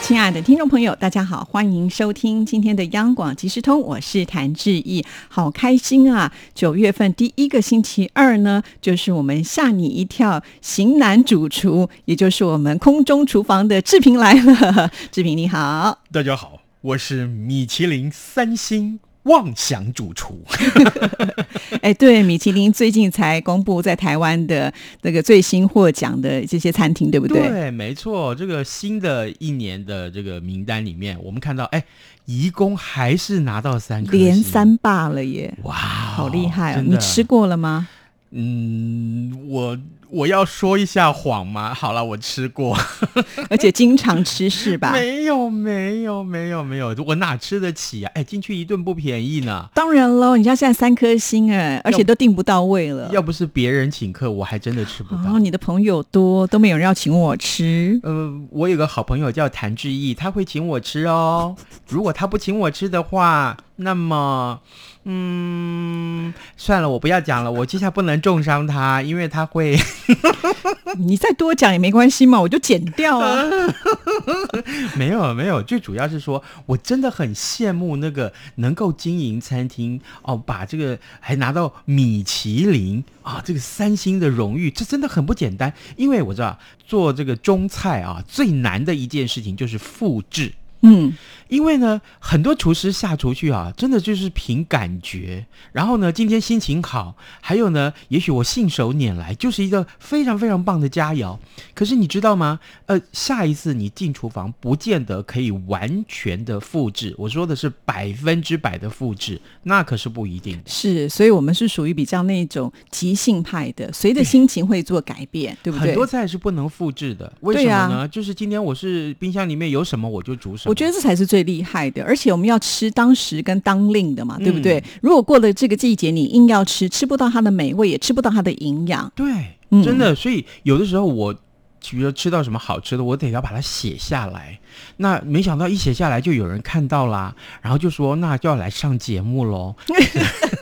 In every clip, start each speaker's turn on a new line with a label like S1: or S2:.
S1: 亲爱的听众朋友，大家好，欢迎收听今天的央广即时通，我是谭志毅，好开心啊！九月份第一个星期二呢，就是我们吓你一跳型男主厨，也就是我们空中厨房的志平来了。 志平你好，
S2: 大家好，我是米其林三星妄想主厨。
S1: 哎，对，米其林最近才公布在台湾的那个最新获奖的这些餐厅，对不对？
S2: 没错，这个新的一年的这个名单里面，我们看到，哎，移工还是拿到三颗星
S1: 连，三霸了耶，
S2: 哇，
S1: 好
S2: 好
S1: 厉害哦！你吃？过了吗？
S2: 嗯，我我要说一下谎吗？好了，我吃 过，
S1: 而且经常吃是吧？
S2: 没有，没有，没有，没有，我哪吃得起啊？哎，进去一顿不便宜呢。
S1: 当然喽，人家现在三颗星哎，而且都订不到位了。
S2: 要不是别人请客，我还真的吃 不到。
S1: 哦，你的朋友多，都没有人要请我 吃。
S2: 呃，我有个好朋友叫谭志毅，他会请我吃哦。如果他不请我吃的话，那么，嗯，算了，我不要讲了。我接下来不能重伤他，因为他会，
S1: 你再多讲也没关系嘛，我就剪掉 啊。
S2: 没有没有，最主要是说，我真的很羡慕那个能够经营餐厅哦，把这个还拿到米其林啊、这个三星的荣誉，这真的很不简单。因为我知道做这个中菜啊，最难的一件事情就是复制。
S1: 嗯，
S2: 因为呢，很多厨师下厨去啊，真的就是凭感觉。然后呢，今天心情好，还有呢，也许我信手拈来，就是一个非常非常棒的佳肴。可是你知道吗？呃，下一次你进厨房，不见得可以完全的复制。我说的是百分之百的复制，那可是不一定的。
S1: 是，所以我们是属于比较那种即兴派的，随着心情会做改变，对不对
S2: 很多？菜是不能复制的，为什
S1: 对啊
S2: 么呢？就是今天我是冰箱里面有什么我就煮什么。
S1: 我觉得这才是最厉害的，而且我们要吃当时跟当令的嘛，对不对？
S2: 嗯
S1: 如果过了这个季节，你硬要吃，吃不到它的美味，也吃不到它的营养。
S2: 对，
S1: 嗯
S2: 真的，所以有的时候我。比如说吃到什么好吃的，我得要把它写下来。那没想到一写下来就有人看到啦，然后就说那就要来上节目喽。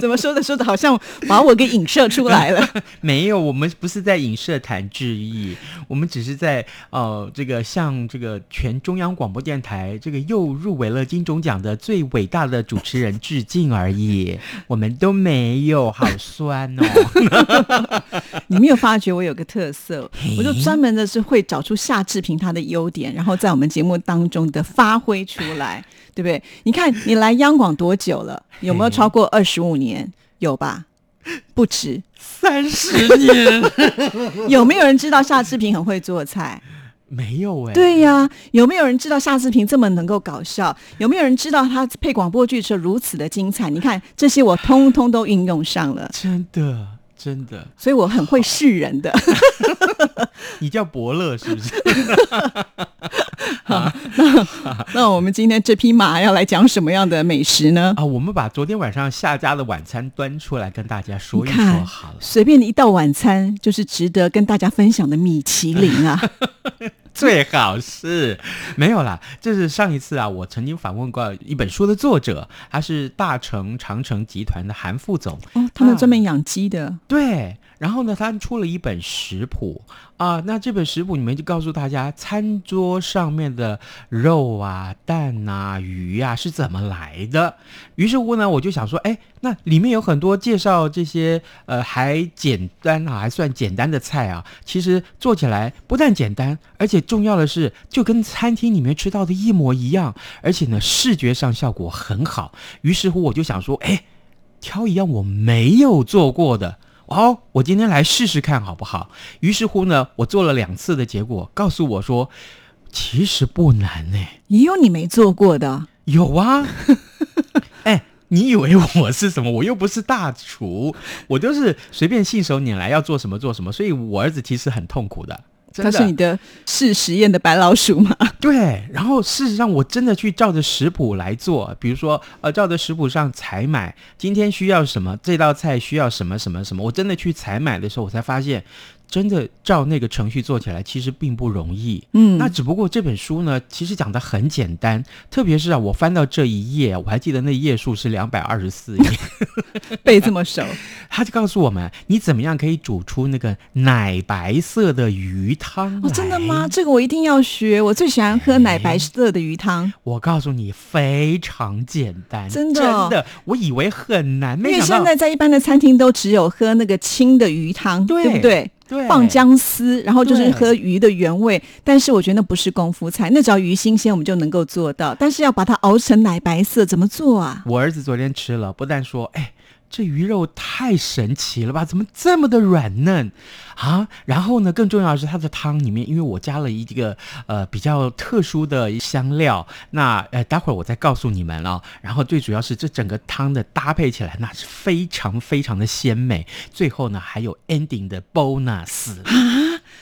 S1: 怎么说的说的，好像 把我给影射出来了。
S2: 没有，我们不是在影射谈志毅，我们只是在呃这个向这个全中央广播电台这个又入围了金钟奖的最伟大的主持人致敬而已。我们都没有，好酸哦。
S1: 你没有发觉我有个特色，我就专门的是会找出夏志平他的优点，然后在我们节目当中的发挥出来，对不对？你看你来央广多久了？有没有超过二十五年？有吧？不止。
S2: 三十年
S1: 有没有人知道夏志平很会做菜？
S2: 没有哎、
S1: 对呀、有没有人知道夏志平这么能够搞笑？有没有人知道他配广播剧的时候如此的精彩？你看这些我通通都运用上了，
S2: 真的真的。
S1: 所以我很会示人的。
S2: 你叫伯乐是不是？
S1: 那我们今天这匹马要来讲什么样的美食呢？
S2: 啊，我们把昨天晚上夏家的晚餐端出来跟大家说一
S1: 你看
S2: 说好了。
S1: 随便一道晚餐就是值得跟大家分享的米其林啊！
S2: 最好是没有啦，这是上一次啊，我曾经访问过一本书的作者，他是大成长城集团的韩副总，
S1: 哦， 嗯他们专门养鸡的，
S2: 对。然后呢，他出了一本食谱啊、那这本食谱里面就告诉大家，餐桌上面的肉啊、蛋啊、鱼啊是怎么来的。于是乎呢，我就想说，哎，那里面有很多介绍这些呃还简单啊，还算简单的菜啊，其实做起来不但简单，而且重要的是就跟餐厅里面吃到的一模一样，而且呢视觉上效果很好。于是乎我就想说，哎，挑一样我没有做过的。哦，我今天来试试看好不好？于是乎呢，我做了两次的结果，告诉我说，其实不难呢、
S1: 也有你没做过的。
S2: 有啊，哎，你以为我是什么？我又不是大厨，我就是随便信手拈来，要做什么做什么。所以我儿子其实很痛苦的，
S1: 他
S2: 真
S1: 是
S2: 的
S1: 你。的是实验的白老鼠吗？
S2: 对，然后事实上我真的去照着食谱来做，比如说呃，照着食谱上采买，今天需要什么，这道菜需要什么什么什么，我真的去采买的时候，我才发现真的照那个程序做起来，其实并不容易。
S1: 嗯，
S2: 那只不过这本书呢，其实讲的很简单，特别是啊，我翻到这一页，我还记得那页数是两百二十四页，
S1: 背这么熟，
S2: 他就告诉我们，你怎么样可以煮出那个奶白色的鱼汤
S1: 哦，真的
S2: 来
S1: 吗？？这个我一定要学，我最喜欢喝奶白色的鱼汤，
S2: 我告诉你，非常简单，
S1: 真的哦
S2: 真的，我以为很难，
S1: 因
S2: 没
S1: 为
S2: 想
S1: 现
S2: 到
S1: 在在一般的餐厅都只有喝那个清的鱼汤，
S2: 对
S1: 不对？
S2: 对
S1: 放姜丝，然后就是
S2: 对
S1: 喝鱼的原味，但是我觉得那不是功夫菜，那只要鱼新鲜我们就能够做到，但是要把它熬成奶白色，怎么做 啊？
S2: 我儿子昨天吃了，不但说，哎，这鱼肉太神奇了吧，怎么这么的软嫩啊？然后呢，更重要的是它的汤里面，因为我加了一个呃比较特殊的香料，那呃待会儿我再告诉你们了。然后最主要是这整个汤的搭配起来，那是非常非常的鲜美。最后呢，还有 ending 的 bonus。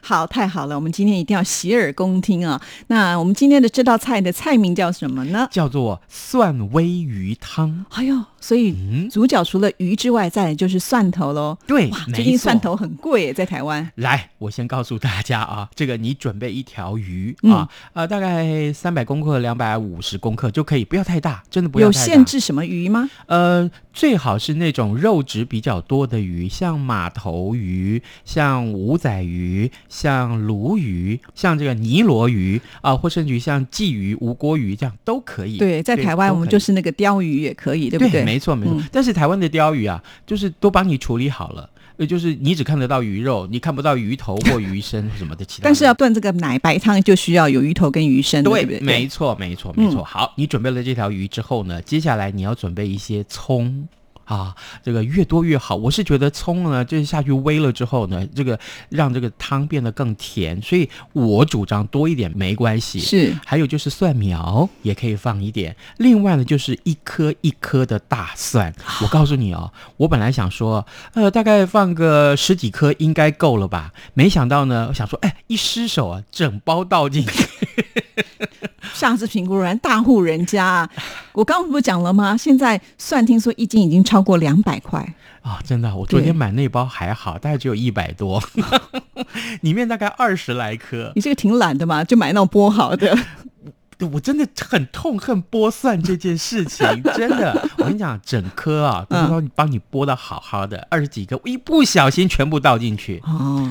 S1: 好，太好了，我们今天一定要洗耳恭听啊！那我们今天的这道菜的菜名叫什么呢？
S2: 叫做蒜微鱼汤，
S1: 哎呦，所以
S2: 嗯
S1: 主角除了鱼之外，再来就是蒜头喽。
S2: 对
S1: 哇，，最
S2: 没
S1: 近
S2: 错
S1: 蒜头很贵耶，在台湾。
S2: 来，我先告诉大家啊，这个你准备一条鱼
S1: 嗯
S2: 啊，呃，大概三百公克、两百五十公克就可以，不要太大，真的不要
S1: 有
S2: 太大。
S1: 限？制什么鱼吗？
S2: 呃，最好是那种肉质比较多的鱼，像马头鱼、像五仔鱼、像鲈鱼、像这个尼罗鱼啊、或甚至于像鲫鱼、无锅鱼这样都可以。
S1: 对，在台湾
S2: 都
S1: 我们
S2: 可以
S1: 就是那个鲷鱼也可以，对不对？
S2: 没错没错。
S1: 嗯
S2: 但是台湾的鲷鱼啊，就是都帮你处理好了。呃，就是你只看得到鱼肉，你看不到鱼头或鱼身什么的其他的。
S1: 但是要炖这个奶白汤，就需要有鱼头跟鱼身的，对不对？
S2: 没错没错
S1: 嗯
S2: 没错。好，你准备了这条鱼之后呢，接下来你要准备一些葱。啊，这个越多越好。我是觉得葱呢，就是下去煨了之后呢，这个让这个汤变得更甜，所以我主张多一点没关系。
S1: 是
S2: 还有就是蒜苗也可以放一点，另外呢就是一颗一颗的大蒜。我告诉你哦，我本来想说，呃，大概放个十几颗应该够了吧，没想到呢，我想说，哎，一失手啊，整包倒进去。
S1: 下次评估人大户人家 啊，我刚刚不是讲了吗？现在蒜听说一斤已经超过两百块，
S2: 啊、真的，我昨
S1: 对
S2: 天买那包还好，大概只有一百多， 里面大概二十来颗。
S1: 你这个挺懒的嘛，就买那种剥好的。
S2: 我真的很痛恨剥蒜这件事情，真的。我跟你讲，整颗啊，都
S1: 嗯
S2: 帮你帮你剥的好好的，二十几个，我一不小心全部倒进去。
S1: 哦，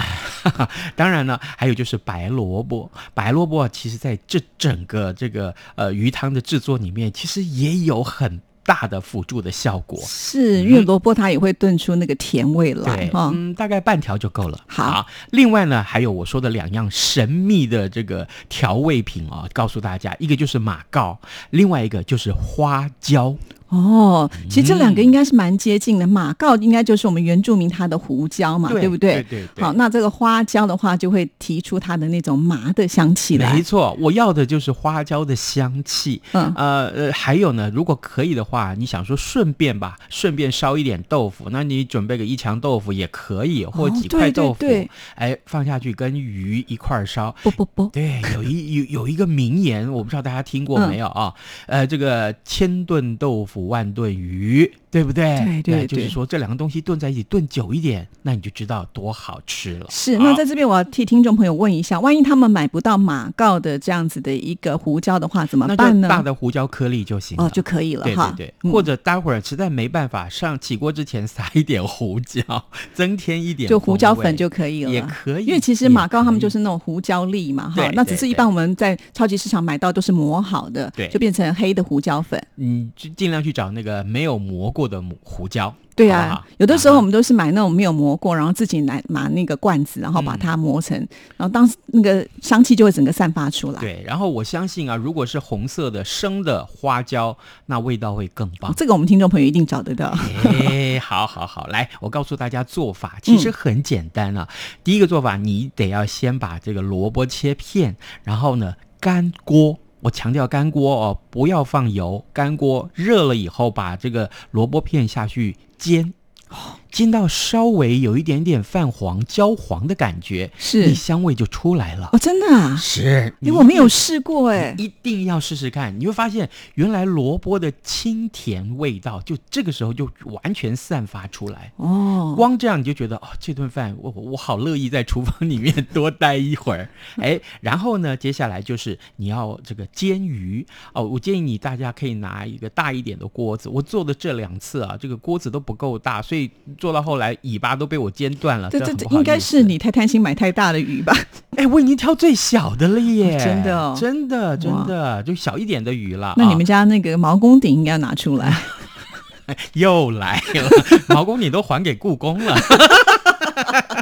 S2: 当然呢，还有就是白萝卜，白萝卜其实在这整个这个呃鱼汤的制作里面，其实也有很大的辅助的效果。
S1: 是，因为萝卜它也会炖出那个甜味来
S2: 对，
S1: 哈。
S2: 嗯，大概半条就够了。
S1: 好
S2: 另外呢，还有我说的两样神秘的这个调味品啊、告诉大家，一个就是马告，另外一个就是花椒。
S1: 哦，其实这两个应该是蛮接近的。马告应该就是我们原住民它的胡椒嘛，
S2: 对
S1: 不对？
S2: 对对对
S1: 好，那这个花椒的话，就会提出它的那种麻的香气来
S2: 没。错，我要的就是花椒的香气。
S1: 嗯
S2: 呃呃，还有呢，如果可以的话，你想说顺便吧，顺便烧一点豆腐，那你准备个一墙豆腐也可以，或
S1: 哦
S2: 几
S1: 对
S2: 块
S1: 对
S2: 豆腐，
S1: 对
S2: 哎，放下去跟鱼一块儿烧，
S1: 不不不，
S2: 对，有一有有一个名言，我不知道大家听过没有啊？
S1: 嗯
S2: 呃，这个千吨豆腐万吨鱼，对不对？
S1: 对对
S2: 那就
S1: 对
S2: 是说这两个东西炖在一起，炖久一点，那你就知道多好吃了。
S1: 是。
S2: 好
S1: 那在这边我要替听众朋友问一下，万一他们买不到马告的这样子的一个胡椒的话，怎么
S2: 那
S1: 办
S2: 就
S1: 呢？
S2: 大的胡椒颗粒就行了。
S1: 哦，就可以了
S2: 对
S1: 哈
S2: 对。对，
S1: 嗯
S2: 或者待会儿实在没办法，上起锅之前撒一点胡椒，增添一点
S1: 就胡椒
S2: 风味
S1: 粉就可以了，
S2: 也可以
S1: 因为其实
S2: 也
S1: 马膏他们
S2: 可以
S1: 就是那种胡椒粒嘛，哈
S2: 对，
S1: 那
S2: 对
S1: 只是一
S2: 对
S1: 般我们在超级市场买到都是磨好的，
S2: 对
S1: 就变成黑的胡椒粉。
S2: 你就尽量去找那个没有磨过的母胡椒。
S1: 对
S2: 好不
S1: 啊
S2: 好，
S1: 有的时
S2: 啊
S1: 候我们都是买那种没有磨过，然后自己来拿那个罐子，然后把它磨成，然后当时那个香气就会整个散发出来。
S2: 对，然后我相信啊，如果是红色的生的花椒，那味道会更棒
S1: 哦。这个我们听众朋友一定找得到。
S2: 哎，好好好，来，我告诉大家做法，其实很简单啊。第一个做法，你得要先把这个萝卜切片，然后呢，干锅。我强调干锅哦，不要放油，干锅热了以后，把这个萝卜片下去煎，煎到稍微有一点点泛黄、焦黄的感觉，
S1: 是
S2: 你香味就出来了。
S1: 哦，真的啊，
S2: 是，
S1: 因为我没有试过哎、
S2: 一定要试试看，你会发现原来萝卜的清甜味道，就这个时候就完全散发出来。
S1: 哦，
S2: 光这样你就觉得哦，这顿饭我我我好乐意在厨房里面多待一会 儿，哎，然后呢，接下来就是你要这个煎鱼哦，我建议你大家可以拿一个大一点的锅子，我做的这两次啊，这个锅子都不够大，所以做到后来尾巴都被我煎断了，
S1: 这
S2: 真
S1: 这
S2: 的
S1: 这
S2: 啊很不好
S1: 应该
S2: 意思
S1: 是你太贪心买太大的鱼吧？
S2: 哎，我已经挑最小的了耶！
S1: 真的哦
S2: 真的，真的，就小一点的鱼了。
S1: 那你们
S2: 啊、
S1: 家那个毛公鼎应该要拿出来。
S2: 又来了， 毛公你都还给故宫了。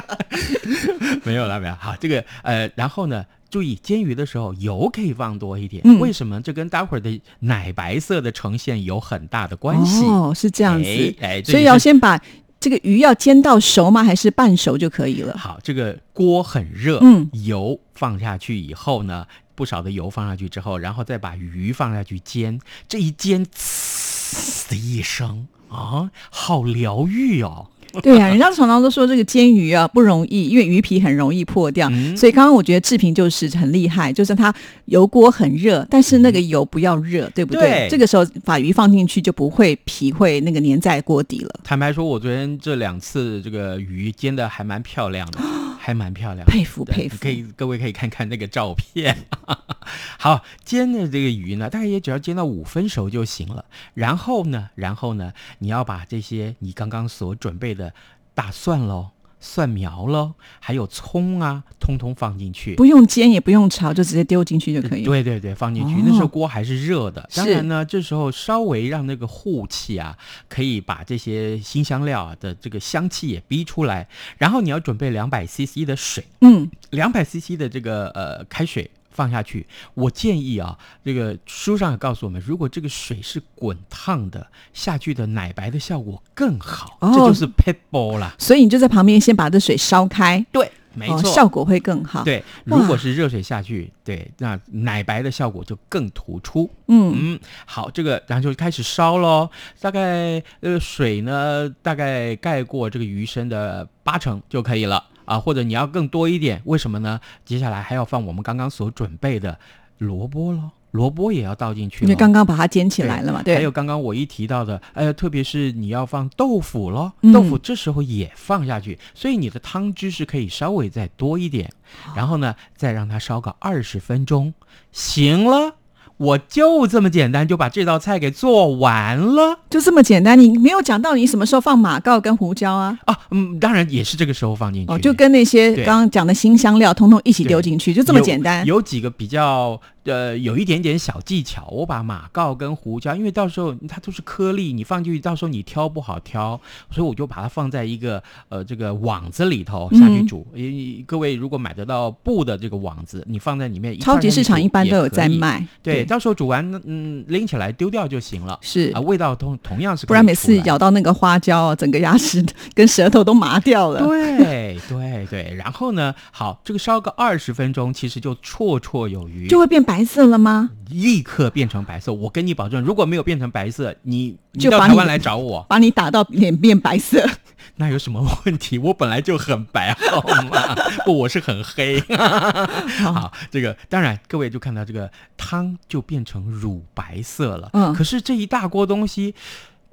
S2: 没有了，没有。好，这个呃，然后呢，注意煎鱼的时候油可以放多一点。
S1: 嗯
S2: 为什么？这跟待会儿的奶白色的呈现有很大的关系。
S1: 哦，是这样子，
S2: 哎哎这
S1: 所以
S2: 也是
S1: 要先把这个鱼要煎到熟吗？还是半熟就可以了？
S2: 好，这个锅很热，
S1: 嗯
S2: 油放下去以后呢，不少的油放下去之后，然后再把鱼放下去煎，这一煎，呲的一声啊，好疗愈哦。
S1: 对呀、人家常常都说这个煎鱼啊不容易，因为鱼皮很容易破掉。
S2: 嗯
S1: 所以刚刚我觉得志平就是很厉害，就是它油锅很热，但是那个油不要热，对不对？
S2: 嗯对
S1: 这个时候把鱼放进去就不会皮会那个粘在锅底了，
S2: 坦白说，我昨天这两次这个鱼煎的还蛮漂 亮的，还蛮漂亮的。
S1: 佩服
S2: 对
S1: 佩服。
S2: 可以各位可以看看那个照片。 好，煎的这个鱼呢，大概也只要煎到五分熟就行了。然后呢，然后呢，你要把这些你刚刚所准备的大蒜喽、蒜苗喽，还有葱啊，通通放进去。
S1: 不用煎也不用炒，就直接丢进去就可以。，
S2: 对对对，放进去。
S1: 哦
S2: 那时候锅还是热的，当
S1: 是
S2: 然呢，这时候稍微让那个护气啊，可以把这些新香料啊的这个香气也逼出来。然后你要准备两百 CC 的水。
S1: 嗯，
S2: 两百 CC 的这个呃开水放下去，我建议啊，这个书上也告诉我们，如果这个水是滚烫的，下去的奶白的效果更好，
S1: 哦
S2: 这就是 p e b b l 啦。
S1: 所以你就在旁边先把这水烧开，
S2: 对，没
S1: 哦
S2: 错。
S1: 效果会更好。，
S2: 对，
S1: 哇
S2: 如果是热水下去，对，那奶白的效果就更突出。
S1: 嗯。
S2: 嗯，好，这个然后就开始烧喽。大概呃水呢，大概盖过这个鱼身的八成就可以了啊，或者你要更多一点，为什么呢？接下来还要放我们刚刚所准备的萝卜喽，萝卜也要倒进去
S1: 因为
S2: 了。
S1: 刚刚把它煎起来了嘛，对，
S2: 还有刚刚我一提到的，呃，特别是你要放豆腐咯，
S1: 嗯
S2: 豆腐这时候也放下去，所以你的汤汁是可以稍微再多一点，然后呢，再让它烧个二十分钟，行了，我就这么简单就把这道菜给做完了。
S1: 就这么简单。你没有讲到你什么时候放马告跟胡椒啊？
S2: 啊，嗯，当然也是这个时候放进去，
S1: 哦，就跟那些
S2: 对
S1: 刚刚讲的新香料，通通一起
S2: 对
S1: 丢进去，就这么简单。
S2: 有。有几个比较呃，有一点点小技巧，我把马告跟胡椒，因为到时候它都是颗粒，你放进去，到时候你挑不好挑，所以我就把它放在一个呃这个网子里头下去
S1: 嗯
S2: 煮。因各位如果买得到布的这个网子，你放在里面，
S1: 超级市场一般都有在
S2: 卖。
S1: 卖，
S2: 对，到时候煮完，嗯，拎起来丢掉就行了。
S1: 是
S2: 啊，，味道同同样是可以出来的，
S1: 不然每次咬到那个花椒哦，整个牙齿跟舌头都麻掉了。
S2: 对对对，然后呢，好，这个烧个二十分钟，其实就绰绰有余，
S1: 就会变白色了吗？
S2: 立刻变成白色。我跟你保证，如果没有变成白色，你你
S1: 就
S2: 到
S1: 把
S2: 台
S1: 你
S2: 湾
S1: 的
S2: 来找我，
S1: 把你打到脸变白色，
S2: 啊那有什么问题？我本来就很白，好吗？不，我是很黑。 好，这个当然，各位就看到这个汤就变成乳白色了。
S1: 嗯
S2: 可是这一大锅东西。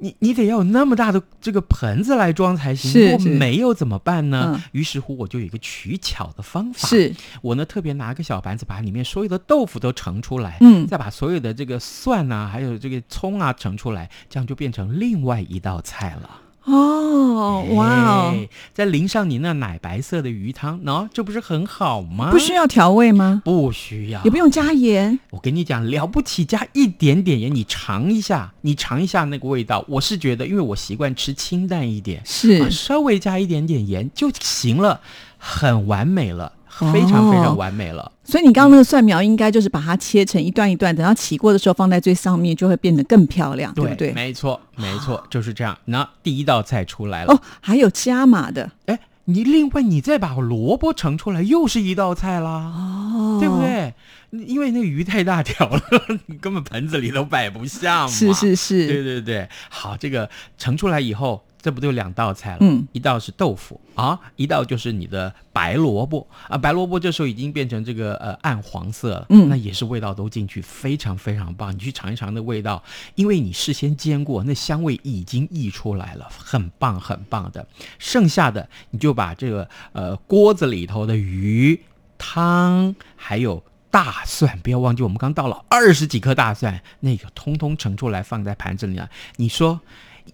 S2: 你你得要有那么大的这个盆子来装才行，
S1: 是
S2: 如果
S1: 是
S2: 没有怎么办呢？
S1: 嗯
S2: 于是乎我就有一个取巧的方法，
S1: 是
S2: 我呢特别拿个小盘子，把里面所有的豆腐都盛出来，
S1: 嗯
S2: 再把所有的这个蒜啊，还有这个葱啊盛出来，这样就变成另外一道菜了。
S1: 哦，哇哦，
S2: 哎，再淋上你那奶白色的鱼汤，喏、这不是很好吗？
S1: 不需要调味吗？
S2: 不需要
S1: 也不。用加盐，
S2: 我跟你讲，了不起加一点点盐，你尝一下，你尝一下那个味道。我是觉得，因为我习惯吃清淡一点，啊
S1: 是
S2: 稍微加一点点盐就行了，很完美了，非常非
S1: 哦
S2: 常完美了。
S1: 所以你刚刚那个蒜苗应该就是把它切成一段一段，等到起锅的时候放在最上面，就会变得更漂亮，对不对？啊
S2: 没错，没错，就是这样。那第一道菜出来了
S1: 哦，，还有加码的
S2: 哎、你另外你再把萝卜盛出来，又是一道菜啦，
S1: 哦，
S2: 对不？对？因为那鱼太大条了， 你根本盆子里都摆不下嘛。
S1: 是是
S2: 对
S1: 是，
S2: 对对，好，这个盛出来以后，这不就两道菜了？
S1: 嗯，
S2: 一道是豆腐啊，一道就是你的白萝卜啊。白萝卜这时候已经变成这个呃暗黄色了，
S1: 嗯
S2: 那也是味道都进去，非常非常棒。你去尝一尝那味道，因为你事先煎过，那香味已经溢出来了，很棒很棒的。剩下的你就把这个呃锅子里头的鱼汤还有。大蒜，不要忘记，我们刚倒了二十几颗大蒜，那个通通盛出来放在盘子里了。你说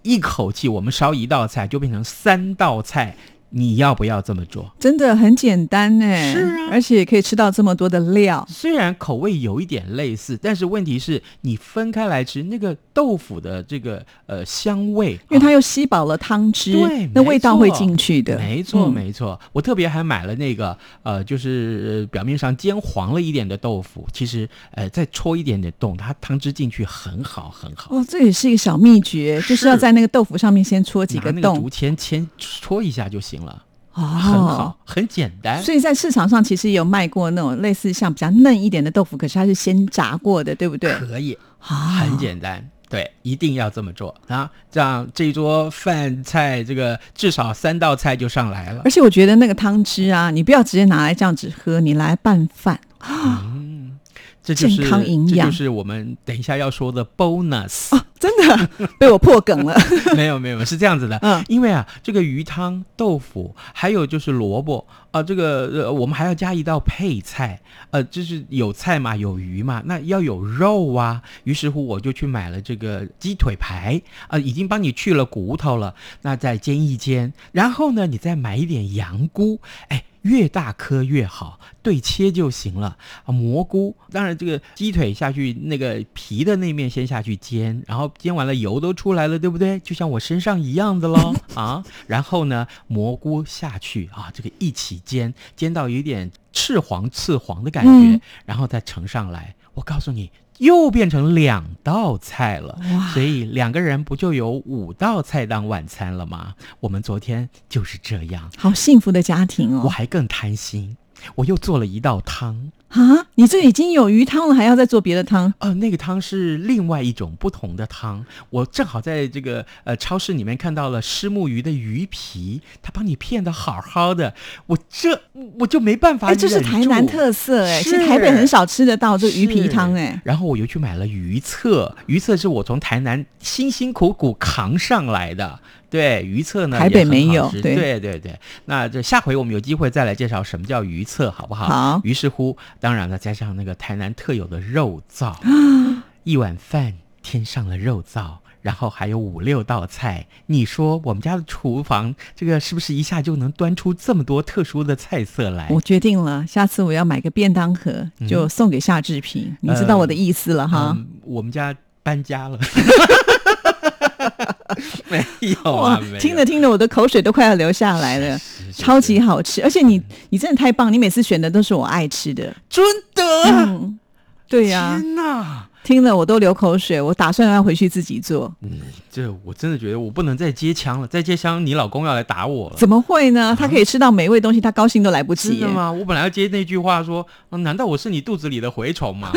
S2: 一口气我们烧一道菜就变成三道菜，你要不要这么做？
S1: 真的很简单呢。
S2: 是啊
S1: 而且也可以吃到这么多的料。
S2: 虽然口味有一点类似，但是问题是你分开来吃，那个豆腐的这个呃香味，
S1: 因为它又吸饱了汤汁，
S2: 对
S1: 那
S2: 没
S1: 味道会
S2: 错
S1: 进去的。
S2: 没错，
S1: 嗯
S2: 没错。我特别还买了那个呃，就是呃表面上煎黄了一点的豆腐，其实呃再戳一点点洞，它汤汁进去很好，很好。
S1: 哦，这也是一个小秘诀，就是要
S2: 是
S1: 在那个豆腐上面先戳几
S2: 拿
S1: 个
S2: 那个
S1: 洞
S2: 竹签签戳一下就行了，
S1: 哦，
S2: 很好，很简单。
S1: 所以在市场上其实也有卖过那种类似像比较嫩一点的豆腐，可是它是先炸过的，对不对？
S2: 可以，
S1: 啊
S2: 很简单。对，一定要这么做啊！这样这一桌饭菜，这个至少三道菜就上来了
S1: 而。且我觉得那个汤汁啊，你不要直接拿来这样子喝，你来拌 饭。
S2: 这就是
S1: 健康营
S2: 这
S1: 养
S2: 就是我们等一下要说的 bonus。
S1: 哦，真的 被我破梗 了。
S2: 没有没有，是这样子的，
S1: 嗯
S2: 因为啊，这个鱼汤、豆腐，还有就是萝卜啊、这个呃，我们还要加一道配菜，呃，就是有菜嘛，有鱼嘛，那要有肉啊。于是乎，我就去买了这个鸡腿排啊、已经帮你去了骨头了，那再煎一煎，然后呢，你再买一点羊菇，哎。越大颗越好，对切就行了啊。蘑菇，当然这个鸡腿下去，那个皮的那面先下去煎，然后煎完了油都出来了，对不对？就像我身上一样的喽啊。然后呢，蘑菇下去啊，这个一起煎，煎到有点赤黄赤黄的感觉，
S1: 嗯
S2: 然后再盛上来。我告诉你。又变成两道菜了，所以两个人不就有五道菜当晚餐了吗？我们昨天就是这样，
S1: 好幸福的家庭
S2: 我
S1: 哦！
S2: 还更贪心，我又做了一道汤。
S1: 啊，你这已经有鱼汤了，还要再做别的汤？
S2: 呃，那个汤是另外一种不同的汤。我正好在这个呃超市里面看到了虱目鱼的鱼皮，它帮你片的好好的，我这我就没办法
S1: 哎，
S2: 忍
S1: 这
S2: 住。
S1: 是台南特色哎，
S2: 是
S1: 其实台北很少吃得到这个鱼皮汤哎
S2: 是。然后我又去买了鱼册，鱼册是我从台南辛辛苦苦扛上来的。对，鱼册呢，
S1: 台北
S2: 也很好
S1: 没有
S2: 吃
S1: 对
S2: 对对对。那这下回我们有机会再来介绍什么叫鱼册，好不好？
S1: 好
S2: 于是乎，当然了，加上那个台南特有的肉 燥，一碗饭添上了肉燥。然后还有五六道菜，你说我们家的厨房这个是不是一下就能端出这么多特殊的菜色来？
S1: 我决定了，下次我要买个便当盒，就送给夏志平。你
S2: 呃
S1: 知道我的意思了哈。
S2: 嗯，我们家搬 家了。没 有啊，没有
S1: 听着听着，我的口水都快要流下来了，
S2: 是是是
S1: 超级好吃，而且
S2: 嗯
S1: 你你真的太棒，你每次选的都是我爱吃的。
S2: 真的，
S1: 嗯，对呀、
S2: 啊天哪！
S1: 听了我都流口水，我打算要回去自己做。
S2: 这我真的觉得我不能再接枪了，再接枪你老公要来打我了。
S1: 怎么会呢？他可以吃到美味东西，他高兴都来不及
S2: 啊真的
S1: 耶。
S2: 吗？我本来要接那句话说，嗯难道我是你肚子里的蛔虫吗？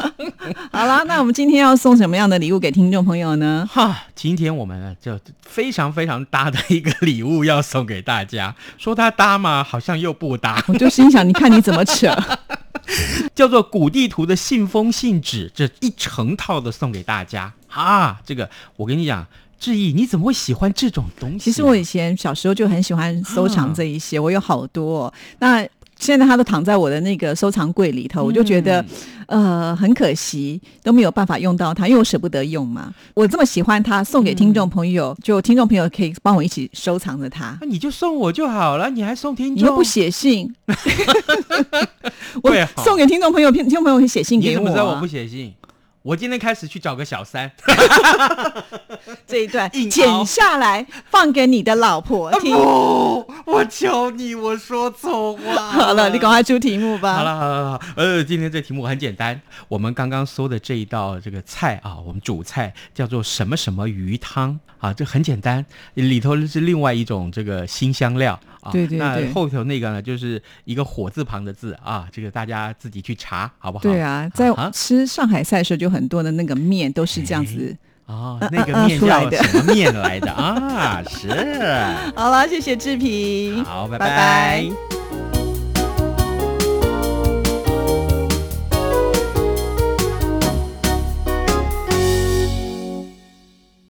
S1: 好啦，那我们今天要送什么样的礼物给听众朋友呢？
S2: 哈，今天我们就非常非常搭的一个礼物要送给大家。说它搭嘛，好像又不搭。
S1: 我就心想，你看你怎么扯。
S2: 叫做古地图的信封信纸，这一成套的送给大家啊！这个我跟你讲，志毅，你怎么会喜欢这种东西啊、
S1: 其实我以前小时候就很喜欢收
S2: 啊
S1: 藏这一些，我有好多哦、那现在它都躺在我的那个收藏柜里头，
S2: 嗯
S1: 我就觉得、呃很可惜，都没有办法用到它，因为我舍不得用嘛。我这么喜欢它，送给听众朋友，
S2: 嗯
S1: 就听众朋友可以帮我一起收藏着它。
S2: 啊那你就送我就好了，你还送听
S1: 你又
S2: 众
S1: 不？写信，我
S2: 对哈
S1: 送给听众朋友，听众朋友会写信
S2: 你
S1: 给
S2: 怎么
S1: 我
S2: 知道我
S1: 啊、
S2: 不写信？我今天开始去找个小三，
S1: 这一段
S2: 硬凹
S1: 剪下来放给你的老婆 听。
S2: 不，我求你，我说错话。
S1: 好了，你赶快出题目吧。
S2: 好了好了好了，呃，今天这题目很简单，我们刚刚说的这一道这个菜啊，我们主菜叫做什么什么鱼汤啊，这很简单，里头是另外一种这个新香料啊。
S1: 对对对
S2: 那后头那个呢，就是一个火字旁的字啊，这个大家自己去查好不好？
S1: 对啊，在
S2: 啊
S1: 吃上海菜的时候，就很多的那个面都是这样子
S2: 哦
S1: 呃，
S2: 那
S1: 呃
S2: 个
S1: 呃
S2: 面
S1: 出来
S2: 叫
S1: 的
S2: 什么面来的啊？是，
S1: 好了，谢谢志平，
S2: 好，拜
S1: 拜拜